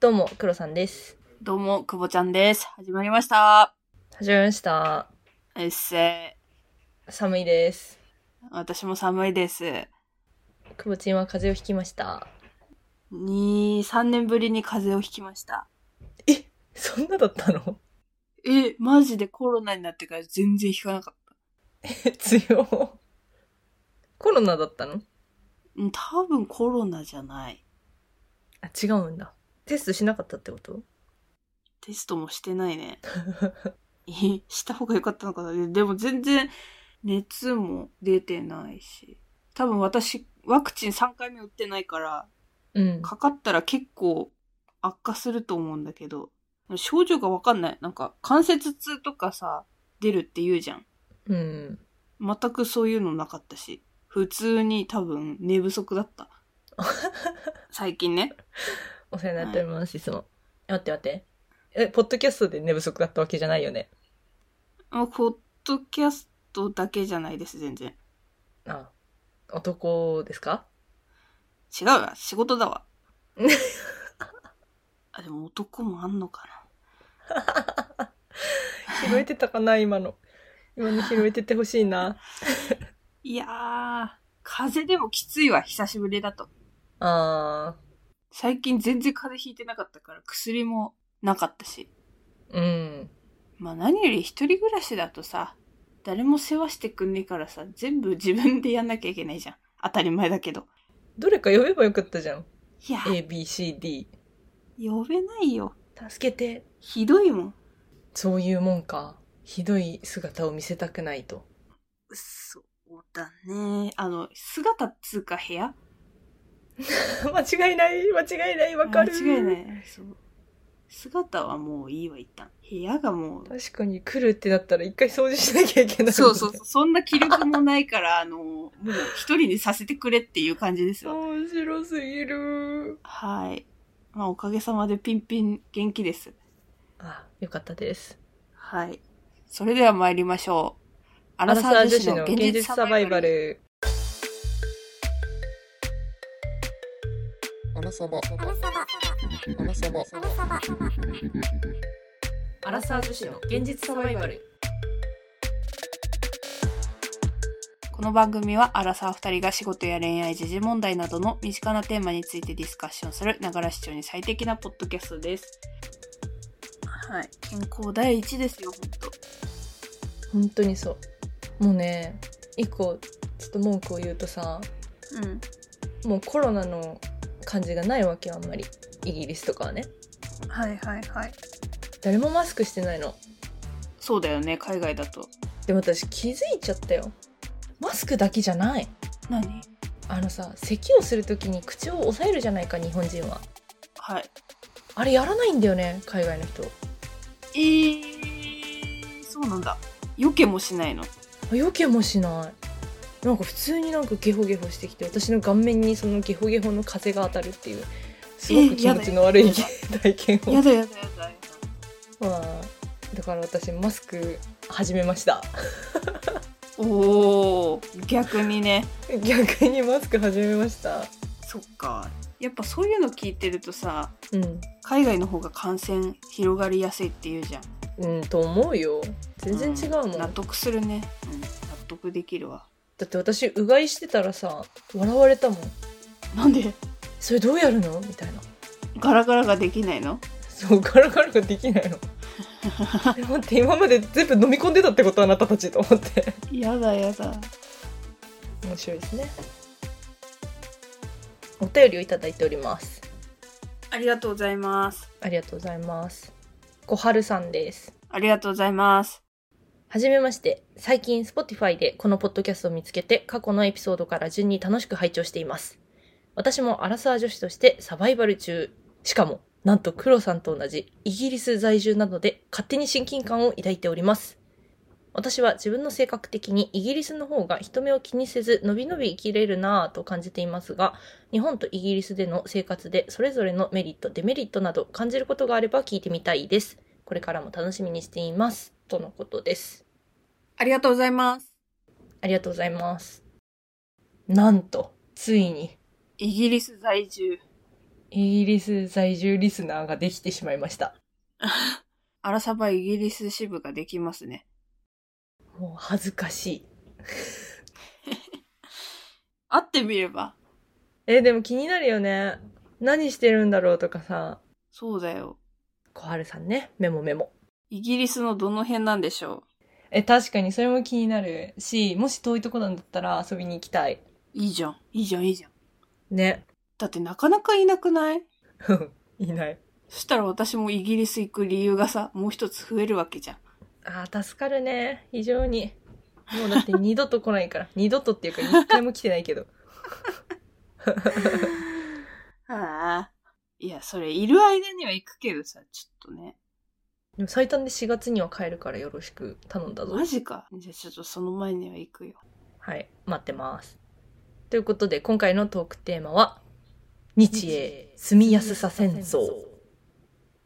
どうも、黒さんです。どうも、くぼちゃんです。始まりました。始めました。えっせ。寒いです。私も寒いです。くぼちんは風邪をひきました。に、3年ぶりに風邪をひきました。そんなだったのえ、マジでコロナになってから全然ひかなかっ強っ。コロナだったのた。うん、多分コロナじゃない。あ、違うんだ。テストしなかったってことテストもしてな いね。えした方がよかったのかな。ででも全然熱も出てないし。多分私、ワクチン3回目打ってないから、うん。かかったら結構悪化すると思うんだけど、症状がわかんない。なんか関節痛とかさ、出るって言うじゃん。うん。全くそういうのなかったし、普通に多分寝不足 だった。最近ね。お世話になっております、いつも。待って待って。え、ポッドキャストで寝不足だったわけじゃないよね。もうポッドキャストだけじゃないです、全然。あ、男ですか違うわ、仕事 だわ。あ、でも男もあんのか拾えてたかな今 の。今の拾えててほしいな。な。いやー、風邪でもきついわ、久しぶりだと。 あ最近全然風邪ひいてなかったから薬もなかったし。ー、うん。まあ何より一人暮らしだとさ、誰も世話してくんねえからさ、全部自分でやんなきゃいけないじゃん。当たり前だけど。どれか呼べばよかったじゃん。いや、 A, B, C, D。呼べないよ。助けて。ひどいもん。そういうもんか。ひどい姿を見せたくないと。 そうだね。あの、姿っつうか部屋間違いない、間違いない、わかる。間違いない。そう。姿はもういいわ、一旦。部屋がもう。確かに来るってなったら一回掃除しなきゃいけない、そうそうそう。そんな気力もないから、あ の、もう一人にさせてくれっていう感じですよ。面白すぎる。はい。まあ、おかげさまでピンピン元気です。あ、よかったです。はい。それでは参りましょう。アアラサー女子の現実サバイバ。ル。アラサバ。アラサバ。アラサバ。アラサー女子の現実サバイバル。この番組はアラサー二人が仕事や恋愛、時事問題などの身近なテーマについてディスカッションする、ながら視聴に最適なポッドキャストです。はい。健康第一ですよ、本当本当にそう。もうね、一個、ちょっと文句を言うとさ、うん。もうコロナの感じがないわけよあんまり。イギリスとかはね。はいはいはい。誰もマスクしてないの。そうだよね、海外だと。でも私気づいちゃったよマスクだけじゃない何あのさ咳をするときに口を押さえるじゃないか日本人ははい。あれやらないんだよね海外の人えー、そうなんだ。よけもしないの。よけもしないなんか普通になんかゲホゲホしてきて私の顔面にそのゲホゲホの風が当たるっていうすごく気持ちの悪いえやだ体験をやだやだやだやだ。まあだから私マスク始めましたおー、逆にね。逆にマスク始めましたそっか。やっぱそういうの聞いてるとさ、うん海外の方が感染広がりやすいって言うじゃん。うんと思うよ全然違うもん、納得するね。うん、納得できるわ。だって私うがいしてたらさ笑われたもんなんでそれどうやるのみたいなガラガラができないのそうガラガラができないのえ待って今まで全部飲み込んでたってことあなたたちと思ってやだやだ。面白いですねお便りをいただいておりますありがとうございます。ありがとうございます小春さんですありがとうございます。はじめまして最近 Spotify でこのポッドキャストを見つけて過去のエピソードから順に楽しく拝聴しています私もアラサー女子としてサバイバル中しかもなんと黒さんと同じイギリス在住なので勝手に親近感を抱いております私は自分の性格的にイギリスの方が人目を気にせずのびのび生きれるなぁと感じていますが日本とイギリスでの生活でそれぞれのメリットデメリットなど感じることがあれば聞いてみたいですこれからも楽しみにしていますとのことですありがとうございます。ありがとうございます。なんと、ついに、イギリス在住。イギリス在住リスナーができてしまいました。アラサバイギリス支部ができますね。もう恥ずかしい。会ってみれば。え、でも気になるよね。何してるんだろうとかさ。そうだよ。小春さんね、メモメモ。イギリスのどの辺なんでしょえ、確かにそれも気になるし、もし遠いとこなんだったら遊びに行きたい。ういいじゃん。いいじゃん、いいじゃん。ね。 だってなかなかいなくないいない。そしたら私もイギリス行く理由がさ、もう一つ増えるわけじゃん。ああ、助かるね。非常に。もうだって二度と来ないから。二度とっていうか一回も来てないけど。ああ。いや、それ、いる間には行くけどさ、ちょっとね。でも最短で4月には帰るからよろしく頼んだぞマ。ジか。じゃあちょっとその前には行くよ。はい。待ってます。ということで、今回のトークテーマは、日英住みやすさ戦争。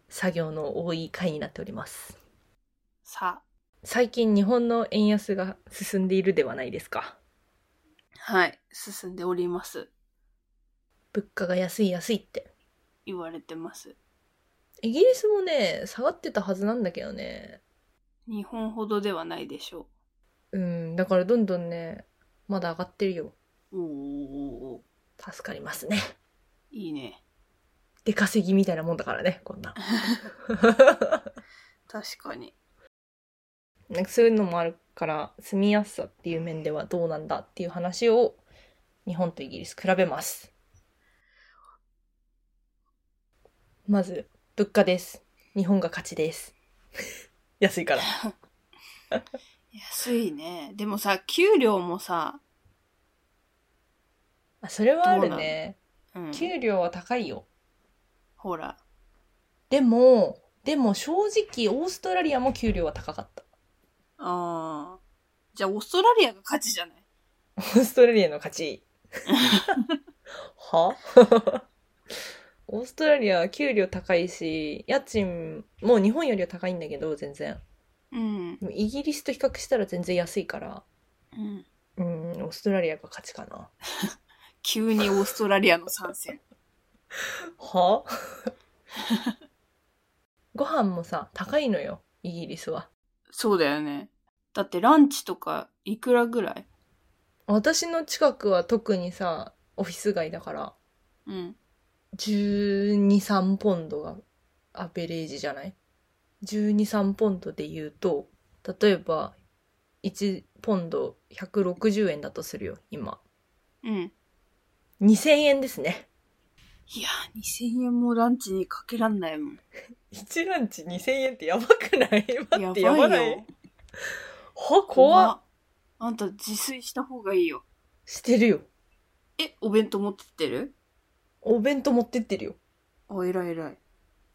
作業の多い回になっております。さ最近日本の円安が進んでいるではないですか。あ。はい。進んでおります。物価が安い安いって。言われてます。イギリスもね、下がってたはずなんだけどね。日本ほどではないでしょうん、だからどんどんね、まだ上がってるよ。う。おーおーおーおー助かりますね。いいね。出稼ぎみたいなもんだからね、こんな。確かに。なんかそういうのもあるから住みやすさっていう面ではどうなんだっていう話を日本とイギリス比べますまず物価です日本が勝ちです 安いから安いね。でもさ、給料もさ、あそれはあどうるなねうん、給料は高いよほら。でもでも正直オーストラリアも給料は高かったあーじゃあ、オーストラリアが勝ちじゃないオーストラリアの勝ちは オーストラリアは給料高いし家賃もう日本よりは高いんだけど全然うん。でもイギリスと比較したら全然安いからうん。うんオーストラリアが勝ちかな急にオーストラリアの参戦。は ご飯もさ高いのよイギリスはそうだよね。だってランチとかいくらぐらい私の近くは特にさオフィス街だからうん。 123ポンドがアベレージじゃない123ポンドで言うと例えば1ポンド160円だとするよ今うん。 2000円ですねいや、2000円もランチにかけらんないもん。 1ランチ2000円ってやばくない 待ってややばばいなよい。は怖っっ。あんた自炊した方がいいよ。してるよえ、お弁当持ってってるお弁当持ってってるよあ、偉い偉い。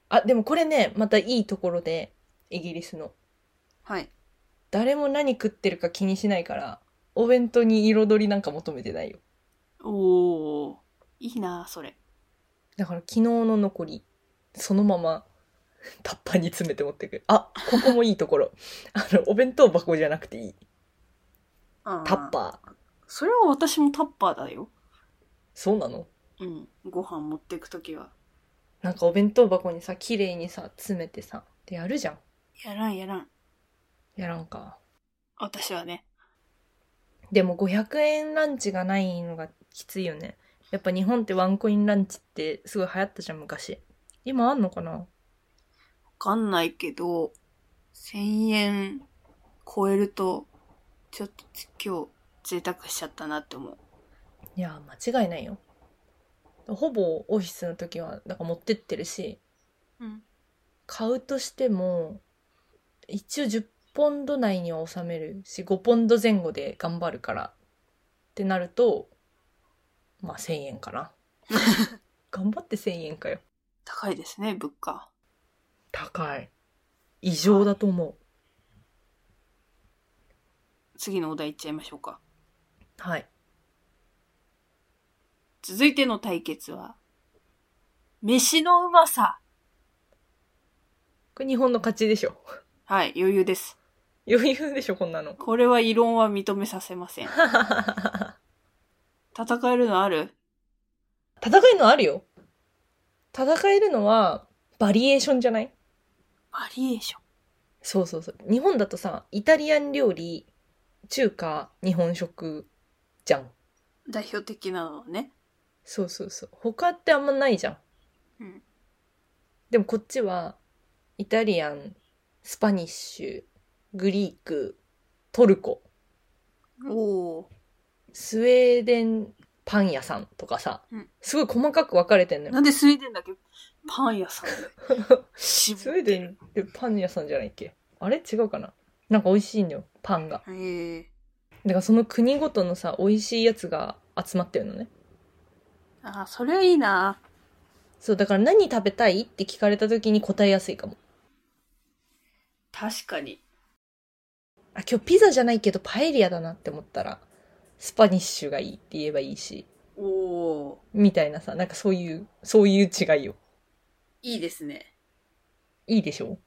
あでもこれねまたいいところでイギリスのはい。誰も何食ってるか気にしないからお弁当に彩りなんか求めてないよおー。いいなそれ。だから昨日の残りそのままタッパーに詰めて持ってくるあここもいいところ あのお弁当箱じゃなくていいタタッパーそれは私もタッパーだよ。そうなのうん。ご飯持ってくときは。なんかお弁当箱にさ綺麗にさ詰めてさでやるじゃんやらんやらん。やらんか私はね。でも500円ランチがないのがきついよねやっぱ日本ってワンコインランチってすごい流行ったじゃん昔今あんのかなわかんないけど、1000円超えると、ちょっと今日贅沢しちゃったなって思う。いや間違いないよほぼオフィスの時はなんか持ってってるしうん。買うとしても一応10ポンド内には収めるし5ポンド前後で頑張るからってなるとまあ1,000円かな頑張って1,000円かよ高いですね、物価。高い異常だと思う次のお題いっちゃいましょうか。はい続いての対決は、飯のうまさ。これ日本の勝ちでしょはい、余裕です。余裕でしょこんなのこれは異論は認めさせませ ん。戦えるのある戦いのあるよ戦えるのは、バリエーションじゃないバリエーション。そうそうそう。日本だとさ、イタリアン料理、中華、日本食、じゃん。代表的なのはね。そうそうそう。他ってあんまないじゃん。うん。でもこっちは、イタリアン、スパニッシュ、グリーク、トルコ、おお。スウェーデンパン屋さんとかさ、うんすごい細かく分かれてんのよな。んでスウェーデンだけパン屋 さんで渋スウェーデンってパン屋さんじゃないっけあれ違うかななんか美味しいんだよ、パンが。へえ。だからその国ごとのさ、美味しいやつが集まってるのね。あー、それはいいな。そう、だから何食べたいって聞かれた時に答えやすいかも。確かに。あ、今日ピザじゃないけどパエリアだなって思ったら、スパニッシュがいいって言えばいいし、おお。みたいなさ、なんかそういう、そういう違いよ。いいですね。いいでしょ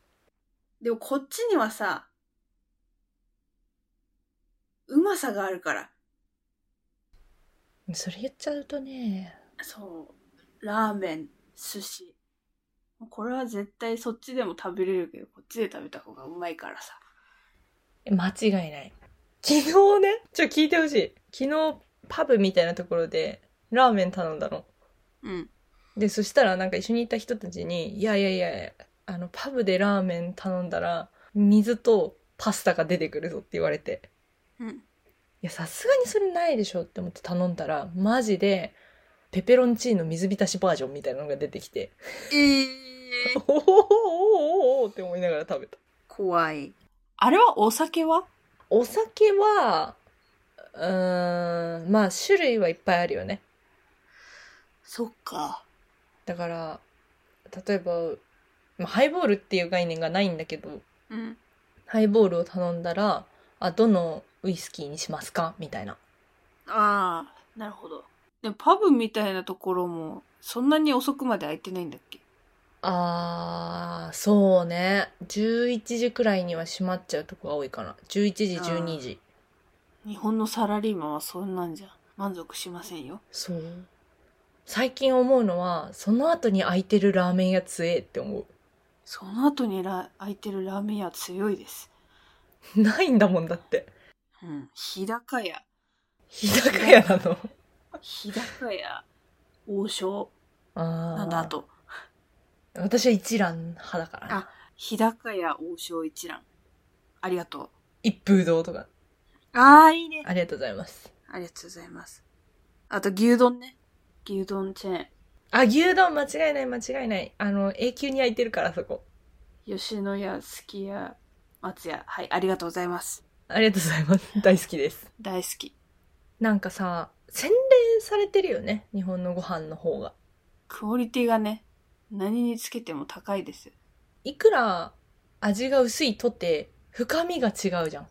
でもこっちにはさ、うまさがあるから。それ言っちゃうとね、そう。ラーメン、寿司。これは絶対そっちでも食べれるけど、こっちで食べた方がうまいからさ。間違いない。昨日ね、ちょ、聞いてほしい。昨日、パブみたいなところで、ラーメン頼んだの。うん。で、そしたらなんか一緒にいた人たちに、いやいやいや、あの、パブでラーメン頼んだら、水とパスタが出てくるぞって言われて、うん。いや、さすがにそれないでしょって思って頼んだら、マジで、ペペロンチーノ水浸しバージョンみたいなのが出てきて、ええおーおーおーおーって思いながら食べた。怖い。あれはお酒はお酒は、うーん、まあ種類はいっぱいあるよね。そっか。だから、例えば、まあ、ハイボールっていう概念がないんだけど、うん。ハイボールを頼んだら、あ、どのウイスキーにしますかみたいな。ああ、なるほど。でもパブみたいなところも、そんなに遅くまで空いてないんだっけあー、そうね。11時くらいには閉まっちゃうとこが多いかな。11時、あー12時。日本のサラリーマンはそんなんじゃ満足しませんよ。そう。最近思うのは、その後に空いてるラーメン屋つえって思その後にら空いてるラーメン屋強いです。う。 ないんだもんだって。うん。日高屋、日高屋なの。日高屋、王将、あー。 なんだあと。私は一蘭派だからね、あ日高屋、王将一覧。ありがと一風堂とか。う。ああ、いいね。ありがとうございます。ありがとうございます。あと牛丼ね。牛丼チェーン。あ、牛丼間違いない間違いない。あの、永久に空いてるからそこ。吉野家、すき家、松屋。はい、ありがとうございます。ありがとうございます。大好き です。大好き。なんかさ、洗練されてるよね。日本のご飯の方が。クオリティがね、何につけても高いです。いくら味が薄いとて、深みが違うじゃん。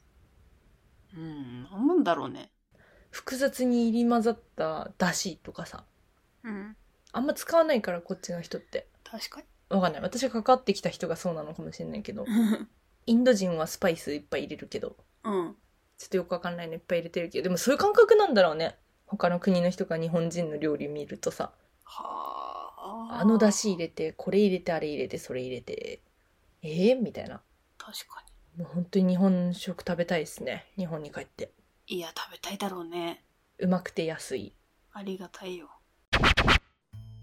うん、なんなんだろうね。複雑に入り混ざった出汁とかさ。うん。あんま使わないからこっちの人って。確 かわかんない。私がかかってきた人がそうなのかもしれないけど。に。インド人はスパイスいっぱい入れるけど。うん。ちょっとよくわかんないのいっぱい入れてるけど、でもそういう感覚なんだろうね。他の国の人が日本人の料理見るとさ、はあ。あの出汁入れて、これ入れて、あれ入れて、それ入れて、ええみたいな。確かもう本当に日本食食べたいですね。日本に帰って。に。いや、食べたいだろうね。うまくて安い。ありがたいよ。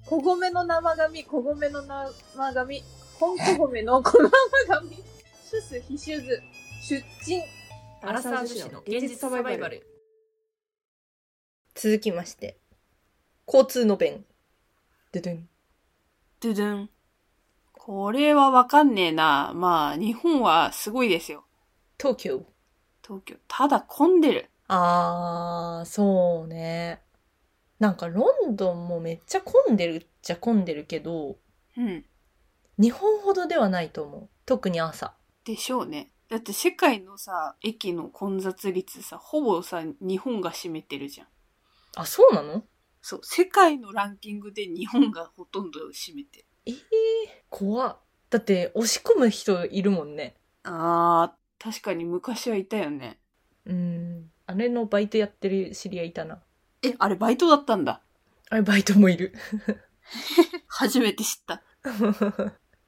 小米の生髪、小米の生髪、本小米の小生髪、シュス、ヒシュズ、出陳。アラサー女子の現実サバイバル。続きまして、交通の便。ででん。ドゥドゥン。これはわかんねえな。まあ、日本はすごいですよ。東京。東京。ただ混んでる。あー、そうね。なんかロンドンもめっちゃ混んでるっちゃ混んでるけど、うん。日本ほどではないと思う。特に朝。でしょうね。だって世界のさ、駅の混雑率さ、ほぼさ、日本が占めてるじゃん。あ、そうなのそう。世界のランキングで日本がほとんど占めてる。ええー、怖っだって、押し込む人いるもんね。あー、確かに昔はいたよね。うん。あれのバイトやってる知り合いいたな。え、あれバイトだったんだ。あれ、バイトもいる。初めて知った。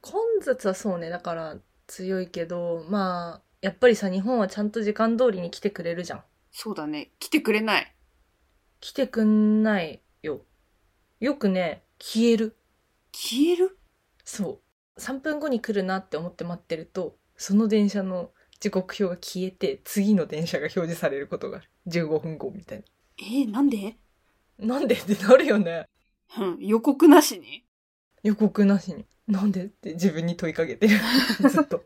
混雑はそうねだから強いけどまあやっぱりさ日本はちゃんと時間通りに来てくれるじゃんそうだね。来てくれない。来てくんないよよくね消える消えるそう3分後に来るなって思って待ってるとその電車の時刻表が消えて次の電車が表示されることがある15分後みたいえー、なんでななんでってなるよねうん、予告なしに。予告なしになんでって自分に問いかけて るずっと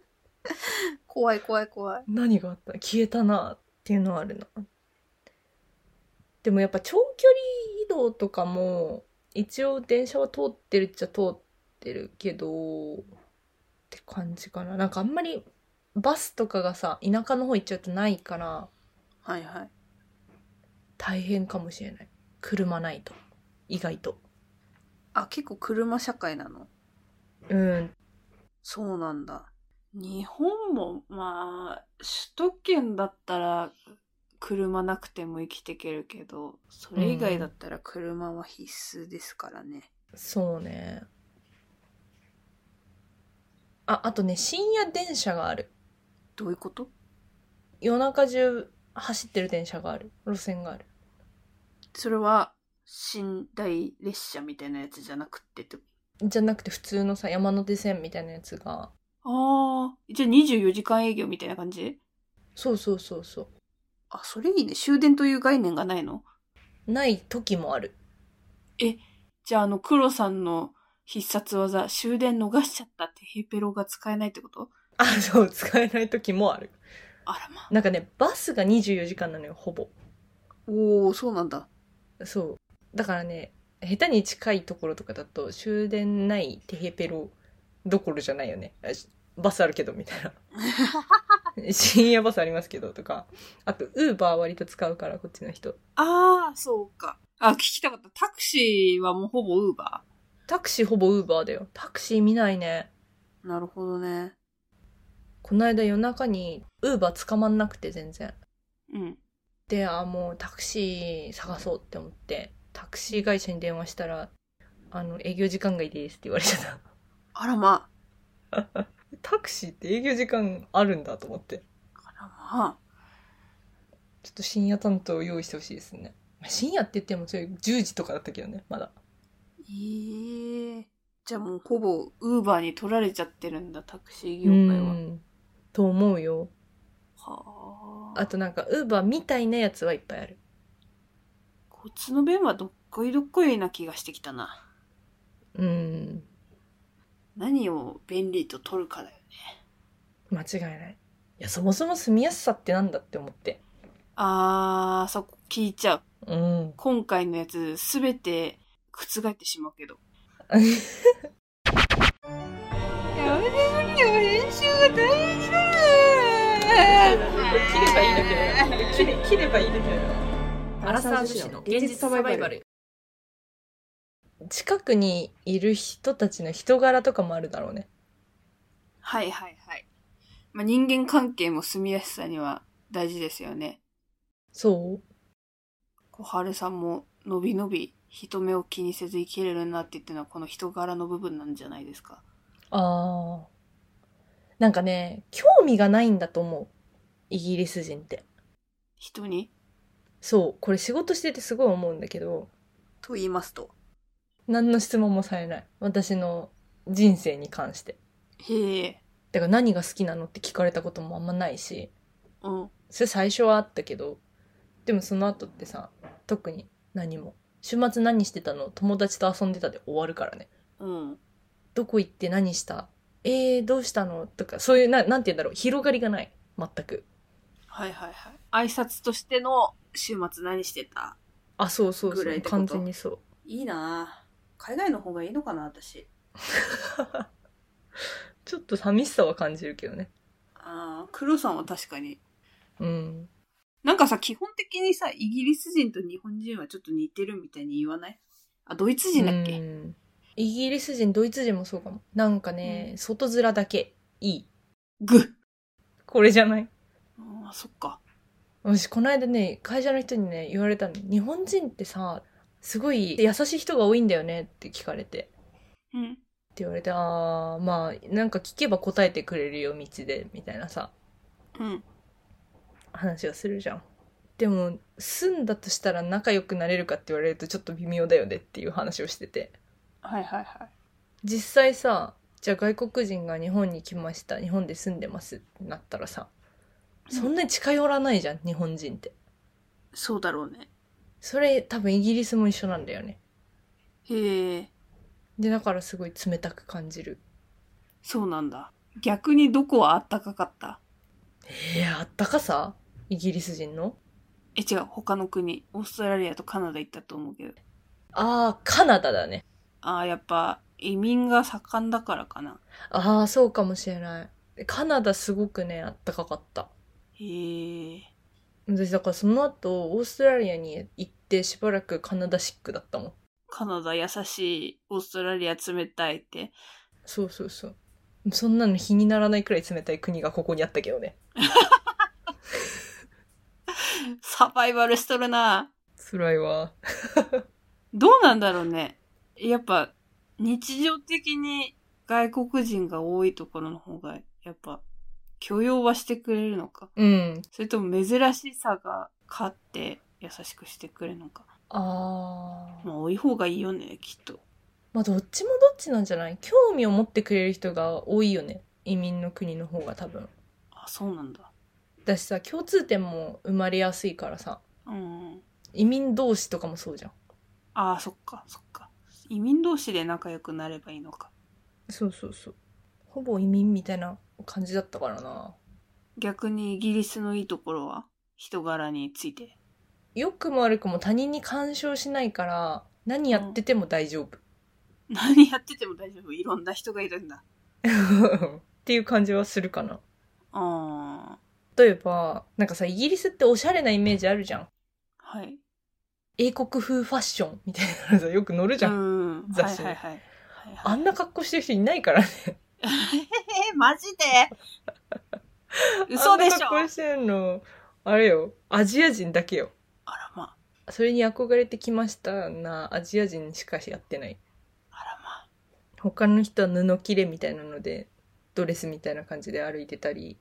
怖い怖い怖い。何があった消えたなっていうのはあるなでもやっぱ長距離移動とかも一応電車は通ってるっちゃ通ってるけどって感じかななんかあんまりバスとかがさ田舎の方行っちゃうとないからはいはい。大変かもしれない車ないと意外とあ、結構車社会なの。うんそうなんだ。日本も、まあ、首都圏だったら、車なくても生きていけるけど、それ以外だったら車は必須ですからね。そうねああとね深夜電車があるどういうこと夜中中走ってる電車がある路線があるそれは、寝台列車みたいなやつじゃなくってってじゃなくて普通のさ山手線みたいなやつがああ、じゃあ24時間営業みたいな感じそうそうそうそあ、それいいね。終電という概念がないのうない時もあるじゃああの、黒さんの必殺技、終電逃しちゃったってヘペロが使えないってことあそう使えない時もあるあらま。なんかねバスが24時間なのよほぼおおそうなんだ。そうだからね下手に近いところとかだと終電ないテヘペロどころじゃないよねあしバスあるけどみたいな深夜バスありますけどとかあとウーバー割と使うからこっちの人ああ、そうか。あ、聞きたかった。タクシーはもうほぼウーバタクシーほぼウーバーだよタクシー見ないねー。なるほどね。この間夜中にウーバー捕まんなくて全然うん。であもうタクシー探そうって思ってタクシー会社に電話したら「あの営業時間外です」って言われちゃった あらま。タクシーって営業時間あるんだと思ってあらま。ちょっと深夜担当を用意してほしいですねまあ深夜って言ってもそれ10時とかだったけどねまだええじゃあもうほぼウーバーに取られちゃってるんだ、タクシーう業界は。んと思うよはあ。あとなんかウーバーみたいなやつはいっぱいあるこっちの弁はどっこいどっこいな気がしてきたな。うん何を便利と取るかだよね。間違いないいやそもそも住みやすさってなんだって思ってあー、そこ聞いちゃう。うん今回のやつすべて覆ってしまうけど。やめて無理よ、編集が大事だよ切ればいいだけだよ切れ切ればいいだけだよアラサー女子の現実サバイバル。近くにいる人たちの人柄とかもあるだろうねはいはいはい。まあ、人間関係も住みやすさには大事ですよね。そう小春さんものびのび人目を気にせず生きれるなって言ってるのはこの人柄の部分なんじゃないですか。あーなんかね興味がないんだと思うイギリス人って人にそうこれ仕事しててすごい思うんだけどと言いますと。何の質問もされない私の人生に関してへえ。だから何が好きなのって聞かれたこともあんまないしうん。それ最初はあったけどでもその後ってさ特に何も週末何してたの友達と遊んでたで終わるからねうん。どこ行って何したえー、どうしたのとかそういうななんて言うんだろう広がりがない全くはいはいはい。挨拶としての週末何してたあそうそうそぐらいっうてこと完全にそういいなぁ海外の方がいいのかな私。ちょっと寂しさは感じるけどねああ、黒さんは確かに。うんなんかさ、基本的にさ、イギリス人と日本人はちょっと似てるみたいに言わないあ、ドイツ人だっけ、うんイギリス人ドイツ人もそうかもなんかね、う外面だけいいグッこれじゃないあーそっか。私この間ね会社の人にね言われたの日本人ってさすごい優しい人が多いんだよねって聞かれて。うっん。て言われて、あー、まあ、なんか聞けば答えてくれるよ、道で、みたいなさ、うん。話をするじゃん。でも、住んだとしたら仲良くなれるかって言われるとちょっと微妙だよねっていう話をしてて。はいはいはい。実際さ、じゃあ外国人が日本に来ました、日本で住んでますってなったらさ、そんなに近寄らないじゃん、日本人って。そうだろうね。それ多分イギリスも一緒なんだよね。へえ。で、だからすごい冷たく感じる。そうなんだ。逆にどこはあったかかったえー、あったかさイギリス人のえ、違う。他の国。オーストラリアとカナダ行ったと思うけど。ああ、カナダだね。ああ、やっぱ移民が盛んだからかな。ああ、そうかもしれない。カナダすごくね、あったかかった。へえ。私、だからその後、オーストラリアに行ってしばらくカナダシックだったもん。カナダ優しい、オーストラリア冷たいって。そうそうそう。そんなの比にならないくらい冷たい国がここにあったけどね。サバイバルしとるな。辛いわ。どうなんだろうね。やっぱ、日常的に外国人が多いところの方が、やっぱ、許容はしてくれるのか。うん。それとも珍しさが勝って優しくしてくれるのか。ああ。まあ、多い方がいいよね、きっと。まあ、どっちもどっちなんじゃない興味を持ってくれる人が多いよね。移民の国の方が多分。あ、そうなんだ。だしさ、共通点も生まれやすいからさ、うん。移民同士とかもそうじゃん。ああ、そっか、そっか。移民同士で仲良くなればいいのか。そうそうそう。ほぼ移民みたいな感じだったからな。逆にイギリスのいいところは、人柄について。 良くも悪くも他人に干渉しないから、何やってても大丈 夫。何やってても大丈夫。いろんな人がいるんだ。っていう感じはするかな。ああ、例えば、なんかさ、イギリスっておしゃれなイメージあるじゃん。はい。英国風ファッションみたいなのさ、よく乗るじゃん。うん。はい雑はい誌はい。はいあはいんな格好してる人いないからね。えー、 マジで嘘でしょあんな格好してるの、あれよ、アジア人だけよ。あらま、それに憧れてきましたな、アジア人しかやってない。あらま。他の人は布切れみたいなのでドレスみたいな感じで歩いてたり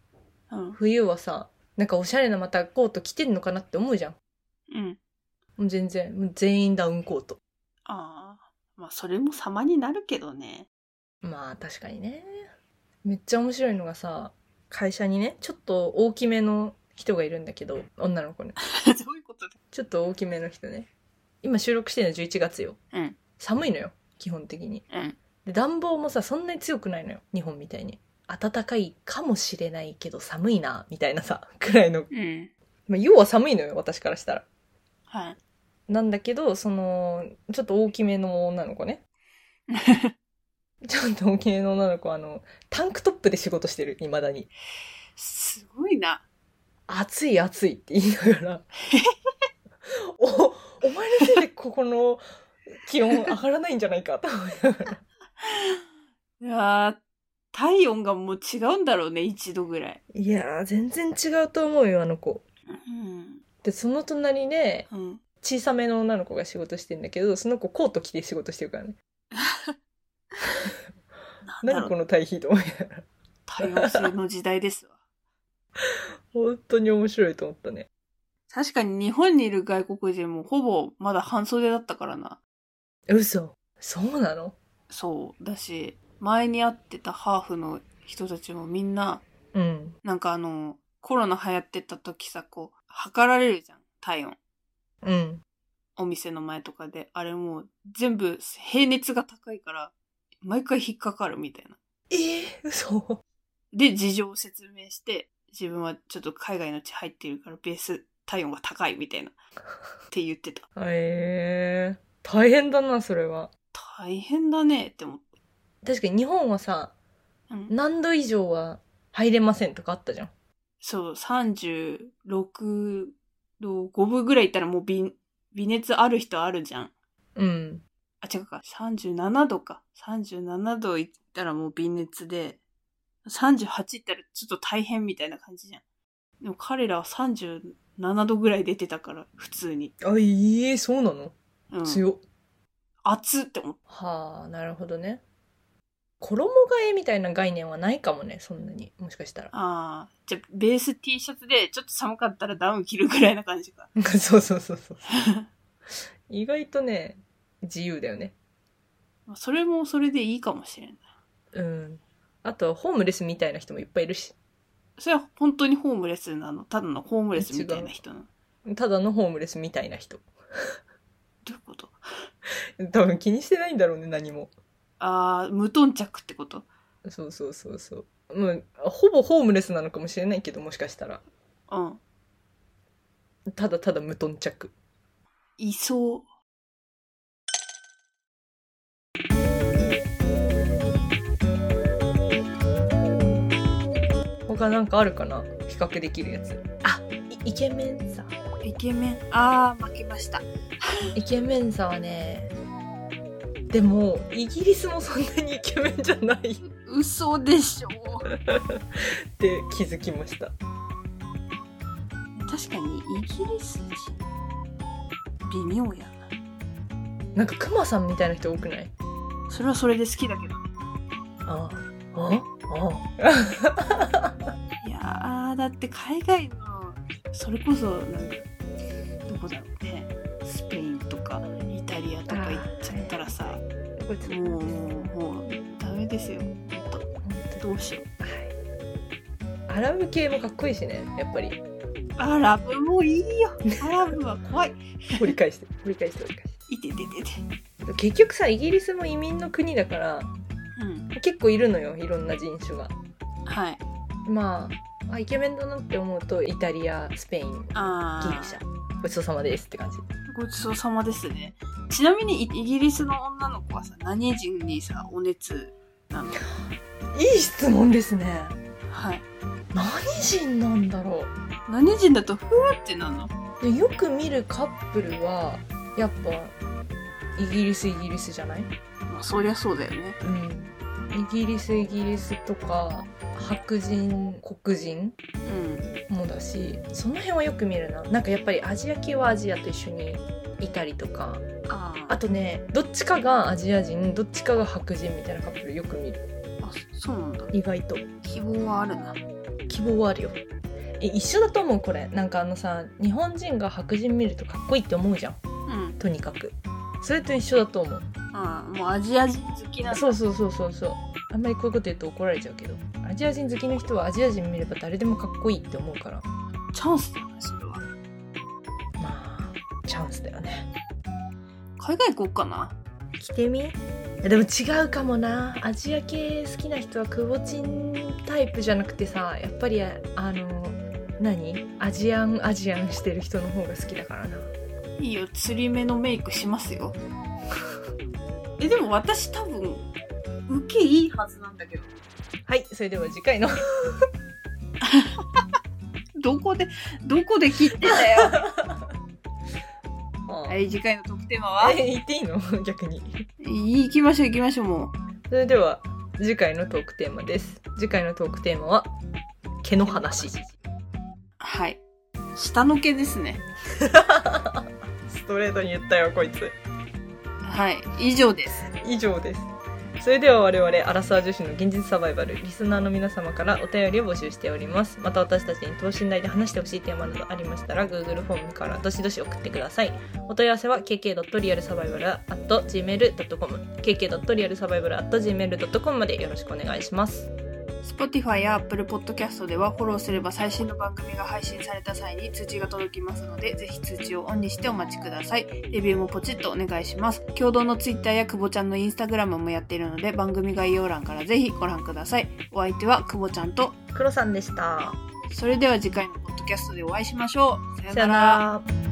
うん。冬はさなんかおしゃれなまたコート着てんのかなって思うじゃんうん。もう全然もう全員ダウンコートああ。まあ、それも様になるけどね。 まあ確かにねめっちゃ面白いのがさ会社にねちょっと大きめの人がいるんだけど女の子ねどういうことだちょっと大きめの人ね今収録してるの11月よ、うん寒いのよ基本的にうん。で暖房もさそんなに強くないのよ日本みたいに暖かいかもしれないけど寒いなみたいなさ くらいのうん。まあ、要は寒いのよ、私からしたら。はい。なんだけど、その、ちょっと大きめの女の子ね。ちょっと大きめの女の子、あの、タンクトップで仕事してる、未だに。すごいな。暑い暑いって言いながら。お、お前のせいでここの気温上がらないんじゃないかと思いながら。いやー体温がもう違うんだろうね、一度ぐらい。いやー、全然違うと思うよ、あの子。うん。で、その隣で、うん。小さめの女の子が仕事してんだけど、その子コート着て仕事してるからね。なんだ何ろこう。の対比と思いながら。多様性の時代ですわ。本当に面白いと思ったね。確かに日本にいる外国人もほぼまだ半袖だったからな。嘘そうなのそう。だし、前に会ってたハーフの人たちもみんな、うん。なんかあの、コロナ流行ってた時さ、こう、測られるじゃん、体温。うん。お店の前とかで、あれもう全部平熱が高いから、毎回引っかかるみたいな。えー、嘘で、事情を説明して、自分はちょっと海外の地入っているから、ベース体温が高いみたいな。って言ってた。えー、大変だな、それは。大変だねって思って。確かに日本はさ、うん、何度以上は入れませんとかあったじゃん。そう、36度5分ぐらいいったらもう微微熱ある人あるじゃん。うん。あ、違うか。37度か。37度いったらもう微熱で、38いったらちょっと大変みたいな感じじゃん。でも彼らは37度ぐらい出てたから、普通に。あ、ええそうなのうん、強っ。熱って思っはあ、なるほどね。衣替えみたいな概念はないかもね、そんなに。もしかしたら。ああ、じゃあ、ベース T シャツで、ちょっと寒かったらダウン着るぐらいな感じか。 そうそうそうそう。意外とね、自由だよね。まあそれもそれでいいかもしれない。うん。あと、ホームレスみたいな人もいっぱいいるし。それは本当にホームレスなのただのホームレスみたいな人なのただのホームレスみたいな人。どういうこと多分気にしてないんだろうね、何も。ああ、無頓着ってことそうそうそうそう。もう、ほぼホームレスなのかもしれないけど、もしかしたら。うん。ただただ無頓着。いそう。他なんかあるかな比較できるやつ。あ、イケメンさ。イケメン。ああ、負けました。イケメンさはねでもイギリスもそんなにイケメンじゃないっ嘘でしょ。て気づきました確かに、イギリス人、微妙やな。なんかクマさんみたいな人多くないそれはそれで好きだけど。あああいやー、だって海外の、それこそ、なんか、どこだろうね。スペインとか、イタリアとか行っちゃったらさ、こいつもう、もう、ダメですよ。ほんとどうしよう。アラブ系もかっこいいしねやっぱ りアラブもういいよ。アラブは怖い。掘り返して掘り返して掘り返していてててて。結局さイギリスも移民の国だからうん。結構いるのよいろんな人種がはい。まああイケメンだなって思うとイタリアスペインギあーリシャごちそうさまですって感じごちそうさまですね。ちなみにイイギリスの女の子はさ、何人にさ、お熱なのいい質問ですねはい。何人なんだろう何人だと、ふーってなるのでよく見るカップルはやっぱイギリスイギリスじゃない、まあ、そりゃそうだよね。うん、イギリスイギリスとか白人黒人うん。もだしその辺はよく見るななんかやっぱりアジア系はアジアと一緒にいたりとかあーあとねどっちかがアジア人どっちかが白人みたいなカップルよく見るあ、そうなんだ。意外と希望はあるな。希望はあるよえ一緒だと思うこれなんかあのさ日本人が白人見るとかっこいいって思うじゃんうん。とにかくそれと一緒だと思うあーもうアジア人好きなんだ。そうそうそうそうそうあんまりこういうこと言うと怒られちゃうけどアジア人好きの人はアジア人見れば誰でもかっこいいって思うからチャンスだよね、それは。まあチャンスだよね海外行こうかな。着てみでも違うかもなアジア系好きな人はクボチンタイプじゃなくてさやっぱりあの何アジアンアジアンしてる人の方が好きだからないいよ、釣り目のメイクします よ。え、でも私多分、受けいいはずなんだけど。はいそれでは次回の どこで、どこで切ってたよ。は、はい次回のトークテーマは言っていいの 逆に行きましょう行きましょうもう。それでは次回のトークテーマです次回のトークテーマは毛の話はい。下の毛ですね。ストレートに言ったよこいつはい。以上です。以上ですそれでは我々アラサー女子の現実サバイバルリスナーの皆様からお便りを募集しておりますまた私たちに等身大で話してほしいテーマなどありましたら Google フォームからどしどし送ってくださいお問い合わせは kk.realsurvival.gmail.com kk.realsurvival.gmail.com までよろしくお願いします Spotify や Apple Podcast ではフォローすれば最新の番組が配信された際に通知が届きますので、ぜひ通知をオンにしてお待ちください。レビューもポチッとお願いします。共同の Twitter や久保ちゃんの Instagram もやっているので、番組概要欄からぜひご覧ください。お相手は久保ちゃんと、黒さんでしたそれでは次回のポッドキャストでお会いしましょう。さよさよななら。ら